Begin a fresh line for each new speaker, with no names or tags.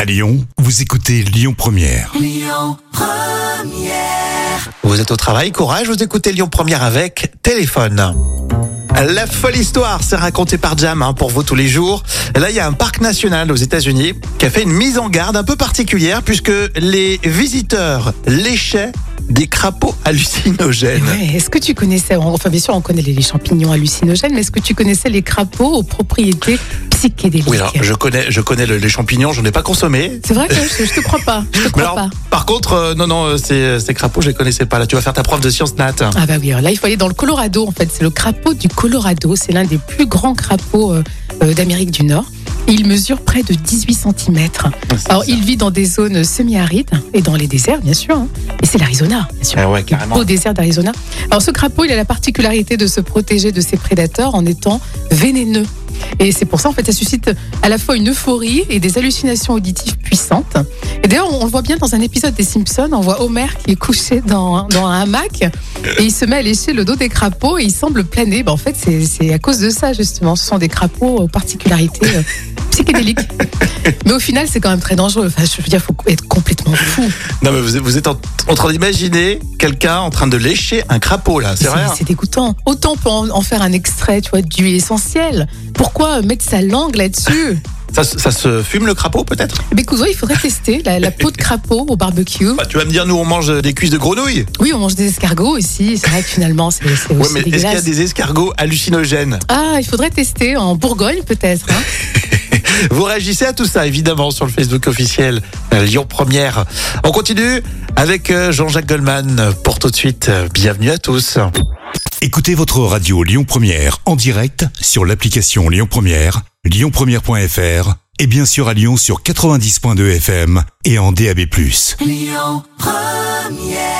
À Lyon, vous écoutez Lyon Première.
Vous êtes au travail, courage, vous écoutez Lyon Première avec téléphone. La folle histoire, c'est racontée par Jam hein, pour vous tous les jours. Là, il y a un parc national aux États-Unis qui a fait une mise en garde un peu particulière puisque les visiteurs léchaient des crapauds hallucinogènes.
Ouais, est-ce que tu connaissais, enfin bien sûr on connaît les les champignons hallucinogènes, mais est-ce que tu connaissais les crapauds aux propriétés psychédéliques
Oui, alors je connais, je connais le- les champignons, je n'ai pas consommé.
C'est vrai que je, je te crois pas, je te
Mais
crois
alors,
pas.
par contre, euh, non, non, euh, ces, ces crapauds, je les connaissais pas. Là, tu vas faire ta preuve de science nat.
Ah bah oui, alors là il faut aller dans le Colorado en fait, c'est le crapaud du Colorado, c'est l'un des plus grands crapauds euh, euh, d'Amérique du Nord. Il mesure près de 18 cm. Alors il vit dans des zones semi-arides et dans les déserts bien sûr, hein. et c'est l'Arizona bien sûr.
Ah ouais,
au
carrément.
désert d'Arizona. Alors ce crapaud, il a la particularité de se protéger de ses prédateurs en étant vénéneux. Et c'est pour ça, en fait, ça suscite à la fois une euphorie et des hallucinations auditives puissantes. Et d'ailleurs, on on le voit bien dans un épisode des Simpsons, on voit Homer qui est couché dans, dans un hamac et il se met à lécher le dos des crapauds et il semble planer. Ben, en fait, c'est- c'est à cause de ça, justement. Ce sont des crapauds aux particularités euh, psychédéliques. Mais au final, c'est quand même très dangereux. Enfin, je veux dire, faut être complètement fou.
Non, mais vous, vous êtes en, en train d'imaginer quelqu'un en train de lécher un crapaud, là, c'est vrai hein
C'est dégoûtant. Autant pour en, en faire un extrait, tu vois, du essentiel. Pourquoi mettre sa langue là-dessus
ça, se- ça se fume le crapaud, peut-être
Mais cousin, il faudrait tester la, la peau de crapaud au barbecue.
Bah, tu vas me dire, nous, on mange des cuisses de grenouille.
Oui, on mange des escargots aussi. C'est vrai que finalement, c'est c'est
Ouais,
aussi
mais est-ce qu'il y a
dégueulasse.
des escargots hallucinogènes
Ah, il faudrait tester en Bourgogne peut-être. hein.
Vous réagissez à tout ça, évidemment, sur le Facebook officiel euh, Lyon Première. On continue avec euh, Jean-Jacques Goldman pour tout de suite. euh, Bienvenue à tous.
Écoutez votre radio Lyon Première en direct sur l'application Lyon Première, lyonpremière.fr et bien sûr à Lyon sur 90.2 FM et en DAB+.
Lyon Première